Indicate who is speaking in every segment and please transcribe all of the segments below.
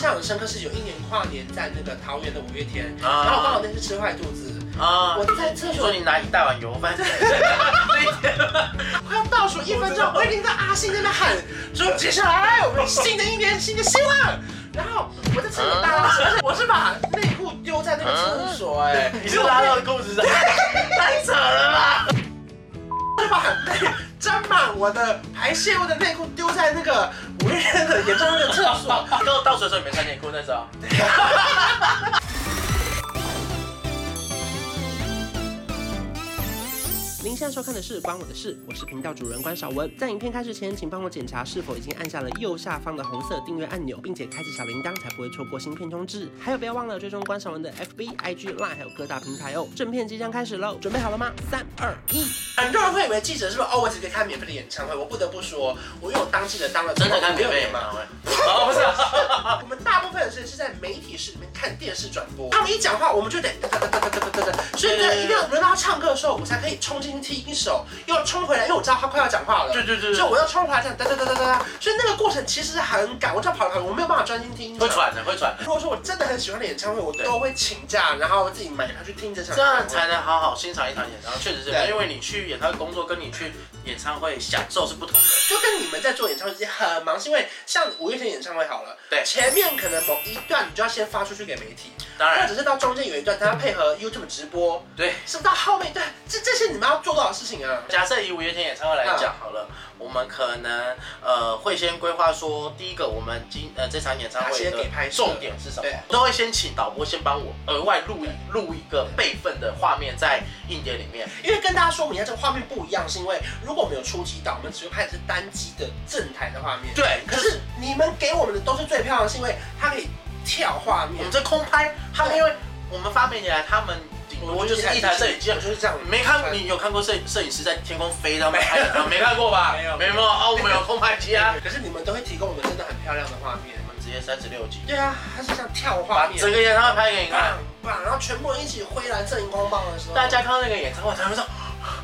Speaker 1: 印象很深刻是有一年跨年在那个桃园的五月天，然后我刚好
Speaker 2: 啊
Speaker 1: 那天吃坏肚子，
Speaker 2: 啊！
Speaker 1: 我在厕
Speaker 2: 你
Speaker 1: 所
Speaker 2: 说你拿一大碗油饭，那一天
Speaker 1: 快要倒数一分钟，我已经在阿信那边喊说接下来我们新的一年新的希望。然后我在厕所大拉屎，而且我是把内裤丢在那个厕所哎、
Speaker 2: 啊你是拉到裤子上，太扯了吧！
Speaker 1: 我就把内沾满我的排泄物的内裤丢在那个五月天的演唱会的厕所。
Speaker 2: 到倒水的时候你没穿内裤那时候，啊
Speaker 1: 您现在收看的是《关我的事》，我是频道主人关少文。在影片开始前，请帮我检查是否已经按下了右下方的红色订阅按钮，并且开启小铃铛，才不会错过新片通知。还有，不要忘了追踪关少文的 FB、IG、Line，还有各大平台哦。正片即将开始喽，准备好了吗？三、二、一。 很多人会以为记者是不是哦，我只可以看免费的演唱会？我不得不说，我因为我当记者当了
Speaker 2: 真的看免
Speaker 1: 六
Speaker 2: 费
Speaker 1: 年
Speaker 2: 演
Speaker 1: 嘛
Speaker 2: 唱，会？哦，不是啊，
Speaker 1: 我们大部分的人是在媒体室里面看电视转播，他们一讲话，我们就得哒哒哒哒哒哒哒哒，所以呢，一定要轮到他唱歌的时候，我才可以冲进去听一首，又冲回来，因为我知道他快要讲话了，
Speaker 2: 对对对
Speaker 1: 所以我要冲回来这样哒哒哒哒哒，所以那个过程其实很赶，我这样跑来跑去，我没有办法专心听。
Speaker 2: 会。喘的，会喘的，
Speaker 1: 如果说我真的很喜欢的演唱会，我都会请假，然后自己买票去听这场。
Speaker 2: 这样才能好好欣赏一场演唱会。确实是
Speaker 1: 对，
Speaker 2: 因为你去演唱会工作，跟你去演唱会享受是不同的。
Speaker 1: 就跟你们在做演唱会之前很忙，是因为像五月天演唱会好了，
Speaker 2: 对
Speaker 1: 前面可能某一段你就要先发出去给媒体，
Speaker 2: 当
Speaker 1: 或
Speaker 2: 然，
Speaker 1: 者是到中间有一段，它要配合 YouTube 直播，
Speaker 2: 对。
Speaker 1: 是不是到后面对，这这些你们要做多少事情啊？
Speaker 2: 假设以五月天演唱会来讲好了，我们可能呃会先规划说，第一个我们今呃这场演唱
Speaker 1: 哪
Speaker 2: 会
Speaker 1: 些
Speaker 2: 的
Speaker 1: 给拍摄
Speaker 2: 重点是什么
Speaker 1: 对？
Speaker 2: 我都会先请导播先帮我额外录一录一个备份的画面在硬碟里面。
Speaker 1: 因为跟大家说明一下，这个画面不一样，是因为如果我们有初级档，我们只会拍的是单机的正台的画面。
Speaker 2: 对，
Speaker 1: 可是你们给我们的都是最漂亮的，是因为它可以跳画
Speaker 2: 我
Speaker 1: 面
Speaker 2: 们。这空拍，他们因为我们发明以来，他们顶多就是一台摄影机啊嗯
Speaker 1: 我。就是这样。
Speaker 2: 没看，你有看过摄摄影师在天空飞他们拍的吗？没看过吧？
Speaker 1: 没有
Speaker 2: 没有哦，我们有空拍机啊。
Speaker 1: 可是你们都会提供我们真的很漂亮的画面。
Speaker 2: 我们直接三十六集，
Speaker 1: 对啊，它是像跳画
Speaker 2: 把
Speaker 1: 面，
Speaker 2: 整个演唱会拍给你看
Speaker 1: 棒。棒，然后全部人一起挥蓝色荧光棒的时候，
Speaker 2: 大家看到那个演唱会，他们说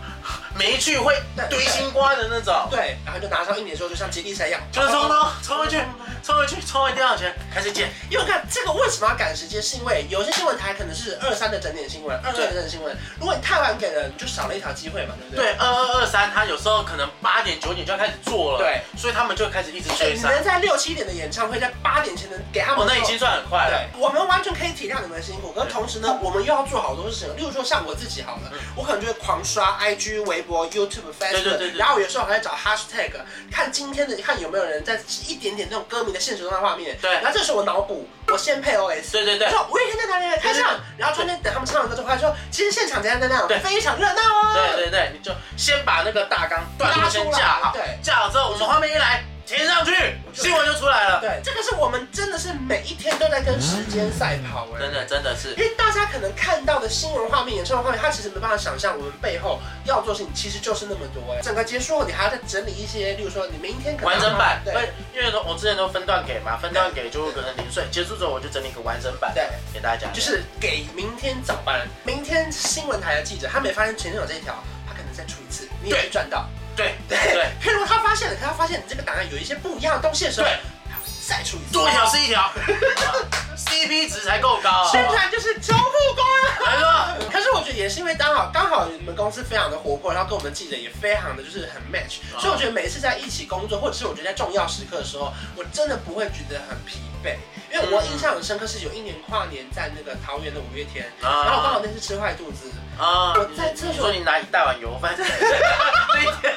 Speaker 2: 每一句会堆心瓜的那种，
Speaker 1: 对，哦然后就拿上一年之后，就像接力赛一样，
Speaker 2: 就是冲咯，冲回去，冲回去，冲回电脑前开始剪。
Speaker 1: 因为我看这个为什么要赶时间，是因为有些新闻台可能是二三的整点新闻，二二的整点新闻，如果你太晚给了，你就少了一条机会嘛，对不对？
Speaker 2: 对，二二二三，他有时候可能八点九点就要开始做了，
Speaker 1: 对，哎
Speaker 2: 所以他们就开始一直
Speaker 1: 所以
Speaker 2: 追
Speaker 1: 你
Speaker 2: 上。
Speaker 1: 能在六七点的演唱会，在八点前能给他们
Speaker 2: 哦，
Speaker 1: 做，
Speaker 2: 那已经算很快了。
Speaker 1: 对，我们完全可以体谅你们的辛苦，可是同时呢，我们又要做好多事情，例如说像我自己好了
Speaker 2: 嗯，
Speaker 1: 我可能就会狂刷 IG、微博、YouTube、
Speaker 2: 对对对
Speaker 1: Facebook，
Speaker 2: 对
Speaker 1: 然后有时候还会找 hashtag，看今天的看有没有人在一点点这种歌迷的现实中的画面，
Speaker 2: 对
Speaker 1: 然后这时候我脑补，我先配 OS，
Speaker 2: 对对对
Speaker 1: 我，说我也天在哪里开唱，然后中间等他们唱完歌之后，他说其实现场怎样怎样，
Speaker 2: 对
Speaker 1: 非常热闹哦。
Speaker 2: 对对对，你就先把那个大纲段落先架好
Speaker 1: 拉出来对，
Speaker 2: 架好之后，我们画面一来填上去，新闻就出来了。
Speaker 1: 对这个是我们真的是每一天都在跟时间赛跑哎、
Speaker 2: 真的真的是
Speaker 1: 因为大家可能看到的新闻画面、演唱会画面，他其实没办法想象我们背后要做的事情其实就是那么多哎。整个结束后，你还要再整理一些，例如说你明天可能
Speaker 2: 完整版，
Speaker 1: 对
Speaker 2: 对，因为我之前都分段给嘛，分段给就可能零碎，结束之后我就整理一个完整版
Speaker 1: 对，
Speaker 2: 给大家。
Speaker 1: 就是给明天早班，明天新闻台的记者，他没发现前天有这一条，他可能再出一次，你也
Speaker 2: 对
Speaker 1: 会赚到。
Speaker 2: 对
Speaker 1: 对
Speaker 2: 对对，，
Speaker 1: 譬如他发现了，可他发现你这个档案有一些不一样的东西的时候
Speaker 2: 对，
Speaker 1: 他再出一次，
Speaker 2: 多一条是一条 啊，CP 值才够高啊。
Speaker 1: 宣传就是交互工啊。
Speaker 2: 来说，
Speaker 1: 可是我觉得也是因为刚好刚好你们公司非常的活泼，然后跟我们记者也非常的就是很 match，、
Speaker 2: 啊
Speaker 1: 所以我觉得每一次在一起工作，或者是我觉得在重要时刻的时候，我真的不会觉得很疲惫，因为我印象很深刻是有一年跨年在那个桃园的五月天，然后我刚好
Speaker 2: 啊
Speaker 1: 那次吃坏肚子，
Speaker 2: 啊
Speaker 1: 我在厕所
Speaker 2: 你说你拿一大碗油饭， 那一天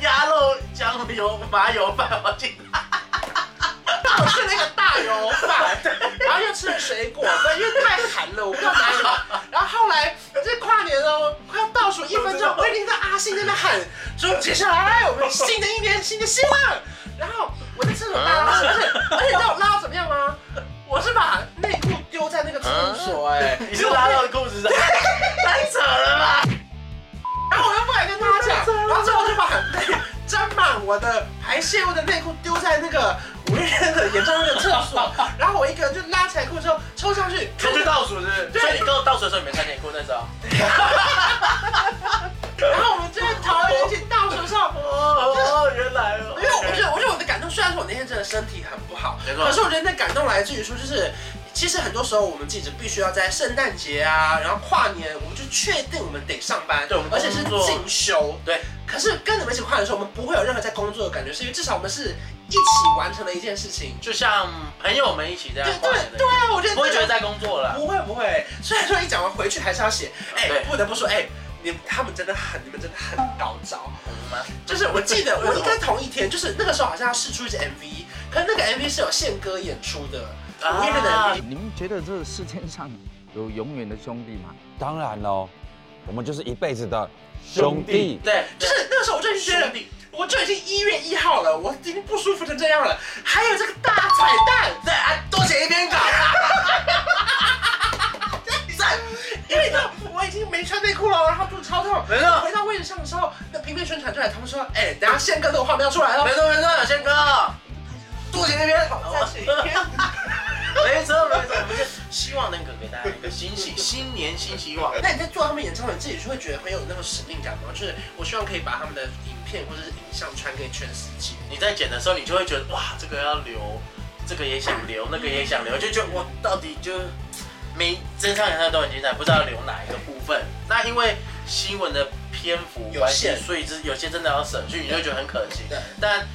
Speaker 2: 鸭肉姜油麻油饭，我记得
Speaker 1: 刚好吃了一个大油饭，然后又吃了水果，因为太寒了，我不知道哪里买。然后后来这跨年哦，快要倒数一分钟，我已经在阿信那边喊说接下来我们新的一年新的希望。然后我在厕所拉拉屎，而且而且你知道我拉到怎么样吗？我是把内裤丢在那个厕所哎、
Speaker 2: 你是拉到裤子上，啊 太扯了吧？
Speaker 1: 然后我又不敢跟大家讲，然后最后就把沾满我的排泄物的内裤丢在那个五月天的演唱会的厕所，然后我一个人就拉起来裤之后抽上去，
Speaker 2: 出去倒数是不是？
Speaker 1: 对
Speaker 2: 所以你跟我倒数的时候你没穿内裤那时候。
Speaker 1: 然后我们就在桃园一起倒数上。
Speaker 2: 哦哦，原来哦
Speaker 1: 因为我觉得，我觉得我的感动，虽然说我那天真的身体很不好，
Speaker 2: 没错
Speaker 1: 可是我觉得那感动来自于说，就是其实很多时候我们记者必须要在圣诞节啊，然后跨年，我们就确定我们得上班，
Speaker 2: 对我们
Speaker 1: 而且是
Speaker 2: 工作
Speaker 1: 进修。
Speaker 2: 对，
Speaker 1: 可是跟你们一起跨年的时候，我们不会有任何在工作的感觉，是因为至少我们是一起完成了一件事情。
Speaker 2: 就像朋友们一起这
Speaker 1: 对
Speaker 2: 样
Speaker 1: 对
Speaker 2: 跨年的
Speaker 1: 对，啊，我觉得
Speaker 2: 不会
Speaker 1: 那
Speaker 2: 觉
Speaker 1: 个
Speaker 2: 得在工作了。
Speaker 1: 不会不会，虽然说一讲完回去还是要写，哎、
Speaker 2: 对
Speaker 1: 不得不说，哎、你们他们真的很，你们真的很高招。
Speaker 2: 我们吗？
Speaker 1: 就是我记得
Speaker 2: 为什
Speaker 1: 我
Speaker 2: 么
Speaker 1: 应该同一天，就是那个时候好像要试出一支 MV，可是那个 MV 是有宪歌演出的，
Speaker 2: 啊
Speaker 1: 五月天的 MV。
Speaker 3: 你们觉得这世界上有永远的兄弟吗？
Speaker 4: 当然喽，我们就是一辈子的兄弟。
Speaker 2: 对，
Speaker 1: 就
Speaker 2: 就是
Speaker 1: 是那个时候我就已经觉得
Speaker 2: 兄弟，
Speaker 1: 我就已经一月一号了，我已经不舒服成这样了，还有这个大彩蛋，对啊，多写一篇稿。因为你知道我已经没穿内裤了，然后肚子超痛。
Speaker 2: 没错
Speaker 1: 回到位置上的时候，那平面宣传就来，他们说，哎，等一下宪哥的画面要出来哦了
Speaker 2: 没，错没错，宪哥，
Speaker 1: 多写一篇，再写一篇。
Speaker 2: 没错没错，我们就希望能够给大家一个新希新年新希望。
Speaker 1: 那你在做他们演唱会，你自己是会觉得很有那种使命感吗？就是我希望可以把他们的影片或者是影像传给全世界。
Speaker 2: 你在剪的时候，你就会觉得哇，这个要留，这个也想留，那个也想留，就觉得我到底就每这场演唱都很精彩，不知道留哪一个部分。那因为新闻的篇幅关系
Speaker 1: 有，限
Speaker 2: 所以这有些真的要省去，你就觉得很可惜
Speaker 1: 对。
Speaker 2: 但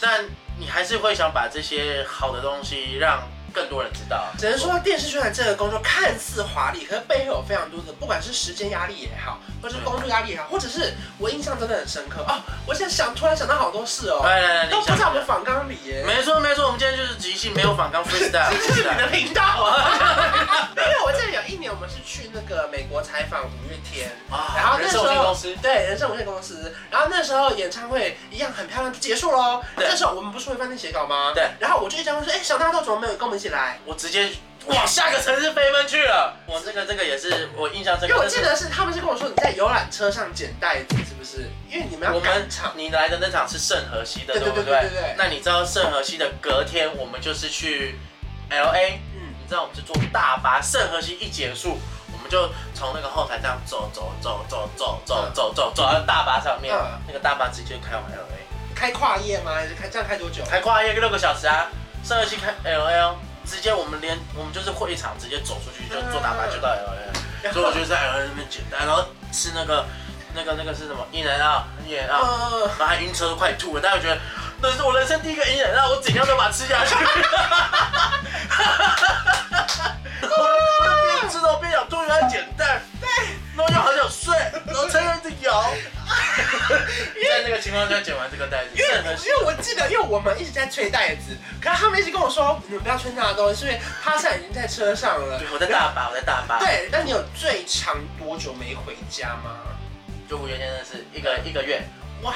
Speaker 2: 但你还是会想把这些好的东西让更多人知道。
Speaker 1: 只能说电视宣传这个工作看似华丽，可是背后有非常多的，不管是时间压力也好，或者是工作压力也好，或者是我印象真的很深刻哦。我现在想突然想到好多事哦，
Speaker 2: 来来哎来，你
Speaker 1: 都不
Speaker 2: 想
Speaker 1: 在我们访纲里耶。
Speaker 2: 没错没错，我们今天就是即兴，没有反刚 freestyle，
Speaker 1: 这是你的频道 啊！因为我记得有一年我们是去那个美国采访五月天，
Speaker 2: 啊
Speaker 1: 然后那时候
Speaker 2: 人生有限公司
Speaker 1: 对人生有限公司，然后那时候演唱会一样很漂亮就结束喽。
Speaker 2: 对
Speaker 1: 那时候我们不是回饭店写稿吗？
Speaker 2: 对。
Speaker 1: 然后我就一直问说，哎、小大豆怎么没有跟我们一起来？
Speaker 2: 我直接往下个城市飞奔去了。我这个这个也是我印象深
Speaker 1: 因
Speaker 2: 刻，
Speaker 1: 为我记得是他们是跟我说你在游览车上捡袋子，是不是？因为你们要
Speaker 2: 我们
Speaker 1: 赶场，
Speaker 2: 你来的那场是圣河西的，
Speaker 1: 对
Speaker 2: 对
Speaker 1: 对
Speaker 2: 不
Speaker 1: 对
Speaker 2: 对
Speaker 1: 对对对
Speaker 2: 那你知道圣河西的隔天，我们就是去 L A，
Speaker 1: 嗯
Speaker 2: 你知道我们是坐大巴，圣河西一结束，我们就从那个后台这样走走走走走走
Speaker 1: 嗯
Speaker 2: 走走走到大巴上面
Speaker 1: 嗯，
Speaker 2: 那个大巴直接开往 L A，
Speaker 1: 开跨夜吗？还是开这样开多久？
Speaker 2: 开跨夜六个小时啊，圣河西开 L A 哦，直接我们连我们就是会场直接走出去就坐大巴
Speaker 1: 嗯
Speaker 2: 就到 L A。
Speaker 1: 然
Speaker 2: 所
Speaker 1: 后
Speaker 2: 以我就在耳朵那边简单，然后吃那个那个那个是什么一人啊，一人啊，
Speaker 1: 呃，
Speaker 2: 然后还晕车都快吐了，但我觉得那是我人生第一个一人啊，我怎样都把它吃下去。 我边吃都边想，终于要简单，对，然后又好想睡，然后车又一直摇。 在那个情况下剪完这个袋子，
Speaker 1: 因为
Speaker 2: 真的
Speaker 1: 因为我记得，因为我们一直在吹袋子，可是他们一直跟我说你们不要吹那东西，是因为他现在已经在车上了
Speaker 2: 对。，我在大巴，我在大巴，，
Speaker 1: 对，那你有最长多久没回家吗？
Speaker 2: 就五月天的是一个一个月，
Speaker 1: 哇，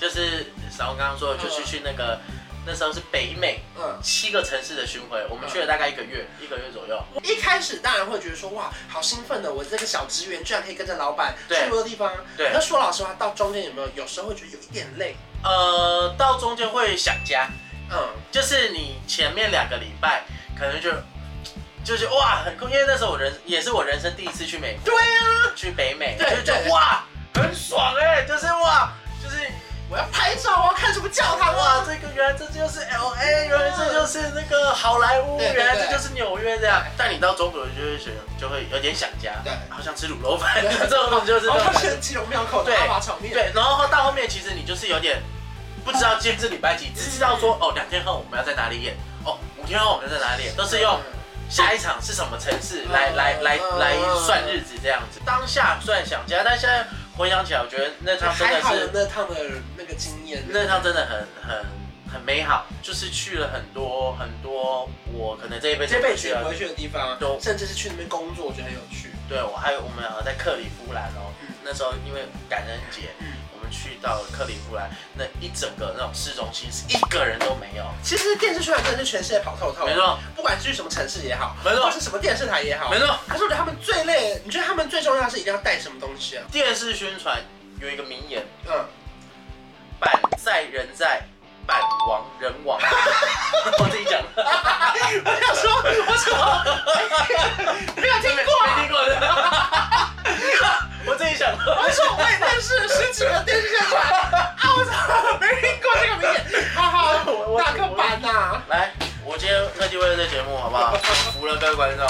Speaker 2: 就是小红刚刚说的，就是去那个那时候是北美。
Speaker 1: 嗯。
Speaker 2: 七个城市的巡回，我们去了大概一个月，一个月左右。
Speaker 1: 我一开始当然会觉得说哇，好兴奋的，我这个小职员居然可以跟着老板去
Speaker 2: 对
Speaker 1: 很多地方。
Speaker 2: 对
Speaker 1: 那说老实话，到中间有没有有时候会觉得有一点累？
Speaker 2: 呃，到中间会想家，
Speaker 1: 嗯，
Speaker 2: 就是你前面两个礼拜可能就就是哇很酷，因为那时候我人也是我人生第一次去美国，
Speaker 1: 对啊，
Speaker 2: 去北美，
Speaker 1: 对
Speaker 2: 就是觉得
Speaker 1: 对
Speaker 2: 哇很爽哎、就是哇就是
Speaker 1: 我要拍照，我要看什么教堂
Speaker 2: 哇
Speaker 1: 啊？
Speaker 2: 这个原来这就是 L A，原来这就是那个好莱坞，
Speaker 1: 对对对
Speaker 2: 原来这就是纽约这样。但你到中国就会觉得就会有点想家，
Speaker 1: 对
Speaker 2: 好像吃卤肉饭，
Speaker 1: 对哦
Speaker 2: 这种就是这
Speaker 1: 然
Speaker 2: 种
Speaker 1: 后
Speaker 2: 感
Speaker 1: 他
Speaker 2: 觉。
Speaker 1: 是基隆庙口的
Speaker 2: 对
Speaker 1: 阿华炒面。
Speaker 2: 对，然后到后面其实你就是有点不知道今天是礼拜几，只知道
Speaker 1: 嗯
Speaker 2: 说哦两天后我们要在哪里演，哦五天后我们要在哪里演，都是用
Speaker 1: 嗯
Speaker 2: 下一场是什么城市来来来来算日子这样子。当下虽然想家，但现在回想起来，我觉得那趟真
Speaker 1: 还
Speaker 2: 的
Speaker 1: 好有
Speaker 2: 是
Speaker 1: 那趟的那个经验。
Speaker 2: 那趟真的很很很美好，就是去了很多很多我可能这一辈子
Speaker 1: 这辈
Speaker 2: 去
Speaker 1: 子
Speaker 2: 了
Speaker 1: 不会去的地方
Speaker 2: 都，
Speaker 1: 甚至是去那边工作，我觉得很有趣。
Speaker 2: 对，我还有我们好像在克里夫兰哦，
Speaker 1: 嗯
Speaker 2: 那时候因为感恩节，
Speaker 1: 嗯
Speaker 2: 我们去到克里夫兰那一整个那种市中心是一个人都没有，
Speaker 1: 其实电视宣传真的是全世界跑透透，
Speaker 2: 没错，
Speaker 1: 不管是去什么城市也好，
Speaker 2: 没错
Speaker 1: 或是什么电视台也好，
Speaker 2: 没。错。
Speaker 1: 可是我觉得他们最累，你觉得他们最重要的是一定要带什么东西啊？
Speaker 2: 电视宣传有一个名言：
Speaker 1: 嗯，
Speaker 2: 板在人在，板亡人 亡。我自己讲的，
Speaker 1: 啊我想说，我怎么没有听过啊？
Speaker 2: 没听过的。 我自己想的。
Speaker 1: 我说我也认识十几个电视宣传啊，我怎么没听过这个名言？好好，啊
Speaker 2: 我我
Speaker 1: 哪个版呐、
Speaker 2: 来，我今天目，好 不好？我服了各位观众，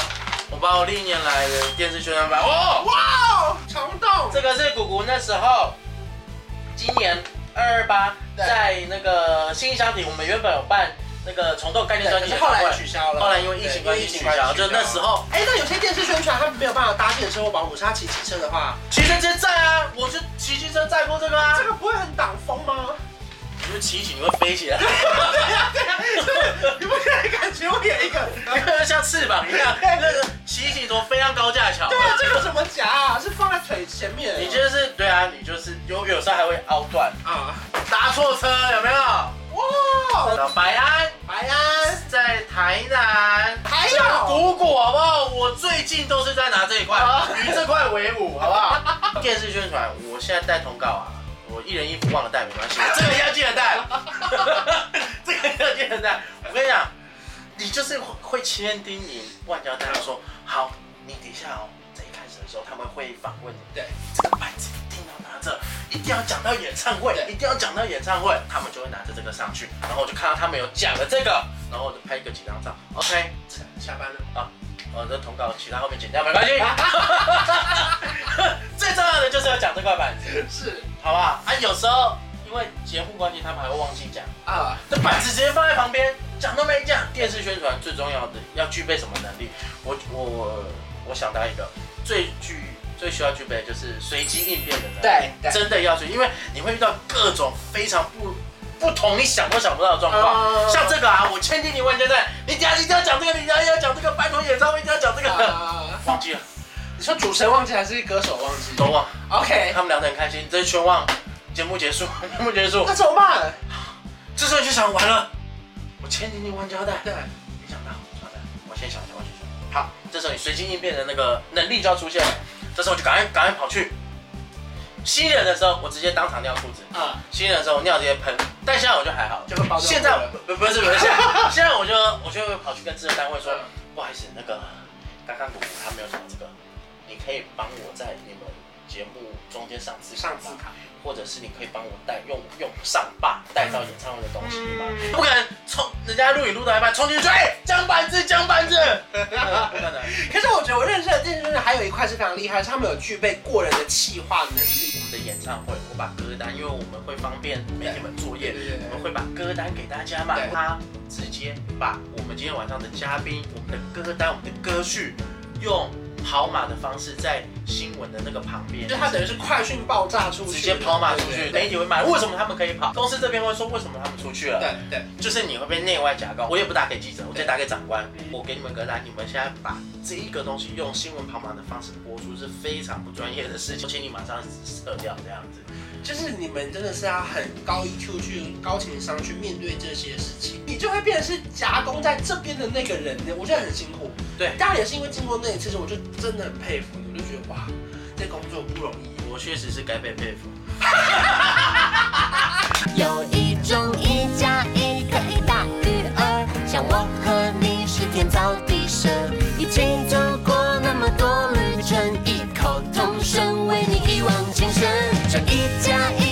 Speaker 2: 我把我历年来的电视宣传版，哦，
Speaker 1: 哇，虫洞，
Speaker 2: 这个是谷谷那时候，今年二二八
Speaker 1: 对
Speaker 2: 在那个新香体，我们原本有办那个虫洞概念专
Speaker 1: 可
Speaker 2: 辑
Speaker 1: 是
Speaker 2: 的
Speaker 1: 后
Speaker 2: 发布
Speaker 1: 来
Speaker 2: 会
Speaker 1: 取消了，
Speaker 2: 后来因为疫情关系取消，就那时。候，
Speaker 1: 哎，那有些电视宣传他们没有办法搭建车或保姆车，他骑机车的话，
Speaker 2: 骑车直接载啊，我就骑机车载过这个啊
Speaker 1: 这，个不会很挡风吗？
Speaker 2: 你就骑一骑你会飞起来，
Speaker 1: 对呀对啊呀，就是你不觉得感觉我演一个？
Speaker 2: 像翅膀一样，那个骑一骑从飞上高架桥
Speaker 1: 对。啊，这个怎么夹啊？是放在腿前面哦？
Speaker 2: 你就是对啊，你就是有有时候还会凹断，
Speaker 1: 啊？
Speaker 2: 搭错车有没有？
Speaker 1: 哇，哦
Speaker 2: 然后白安
Speaker 1: 白安，
Speaker 2: 在台南，啊
Speaker 1: 还有
Speaker 2: 讲谷谷好不好？我最近都是在拿这一块
Speaker 1: 啊，
Speaker 2: 与这块为伍，好不好？ 电视宣传，我现在带通告啊，我一人一幅忘了带 没关系，这个要记得带， 这个要记得带。我跟你讲，你就是会千叮咛万交代，说好，你底下哦，在一开始的时候他们会访问你，
Speaker 1: 对，
Speaker 2: 这个板子一定要拿着，一定要讲到演唱会，一定要讲到演唱会，他们就会拿着这个上去，然后我就看到他们有讲了这个，然后我就拍个几张照，OK，
Speaker 1: 下班了。
Speaker 2: 呃，这通告其他后面剪掉没关系。 最重要的就是要讲这块板子，
Speaker 1: 是
Speaker 2: 好不好？啊，有时候因为节目关系，他们还会忘记讲，
Speaker 1: 啊，
Speaker 2: 这板子直接放在旁边，讲都没讲。电视宣传最重要的要具备什么能力？我我我我想到一个最具最需要具备的就是随机应变的能力。
Speaker 1: 对对
Speaker 2: 真的要去，因为你会遇到各种非常不不同你想都想不到的状
Speaker 1: 嗯
Speaker 2: 况。像这个啊，我千叮咛万交代，你等一下一定要讲这个，你等一下要讲这个，拜托演唱会一定要讲这个。
Speaker 1: 啊
Speaker 2: 忘记了，
Speaker 1: 你说主持人忘记还是歌手忘记
Speaker 2: 都忘 了。
Speaker 1: ？OK，
Speaker 2: 他们聊得很开心，这是全忘。节目结束， 节目结束
Speaker 1: 那，怎么办？
Speaker 2: 这时候你就想完了，我千叮咛万交代，
Speaker 1: 对，
Speaker 2: 没想到，好的，我先想一下，我先想一下。好，这时候你随机应变的那个能力就要出现了。这时候我就赶快赶快跑去。新人的时候，我直接当场尿裤子。
Speaker 1: 啊，
Speaker 2: 新人的时候尿直接喷，但现在我就还好。
Speaker 1: 就会包装
Speaker 2: 现在
Speaker 1: 了
Speaker 2: 不不 是不是，现在现在我就我就会跑去跟制作单位说，
Speaker 1: 嗯
Speaker 2: 不好意思，那个刚刚我他没有讲这个，你可以帮我在你们节目中间上字卡
Speaker 1: 上
Speaker 2: 吗
Speaker 1: 字卡，
Speaker 2: 或者是你可以帮我带用用上把带到演唱会的东西吗？
Speaker 1: 嗯
Speaker 2: 不可能冲人家录影录到一半冲进去，哎，江板子江板子，不可能。
Speaker 1: 可是我觉得我认识的电视圈还有一块是非常厉害，是他们有具备过人的企划能
Speaker 2: 我
Speaker 1: 力。
Speaker 2: 们的演唱会，我把歌单，因为我们会方便媒体们作业
Speaker 1: 对对对，对
Speaker 2: 我们会把歌单给大家嘛
Speaker 1: 对。
Speaker 2: 他直接把我们今天晚上的嘉宾、我们的歌单、我们的歌序，用跑马的方式在新闻的那个旁边，
Speaker 1: 就他等于是快讯爆炸出去，
Speaker 2: 直接跑马出去，
Speaker 1: 对
Speaker 2: 媒体会骂为什么他们可以跑，公司这边会说为什么他们出去了。
Speaker 1: 对对，
Speaker 2: 就是你会被内外夹攻，我也不打给记者，我直接打给长官。我给你们个来，你们现在把这一个东西用新闻跑马的方式播出是非常不专业的事情，请你马上撤掉这样子。
Speaker 1: 就是你们真的是要很高 EQ 去高情商去面对这些事情，你就会变成是夹攻在这边的那个人，我觉得很辛苦。
Speaker 2: 对
Speaker 1: 当然也是因为经过那一次，我就真的很佩服你，我就觉得哇，这工作不容易。
Speaker 2: 我确实是该被佩服。
Speaker 5: 有一种一加一可以大于二，像我和你是天造地设，一起走过那么多旅程，异口同声为你一往情深。这一加一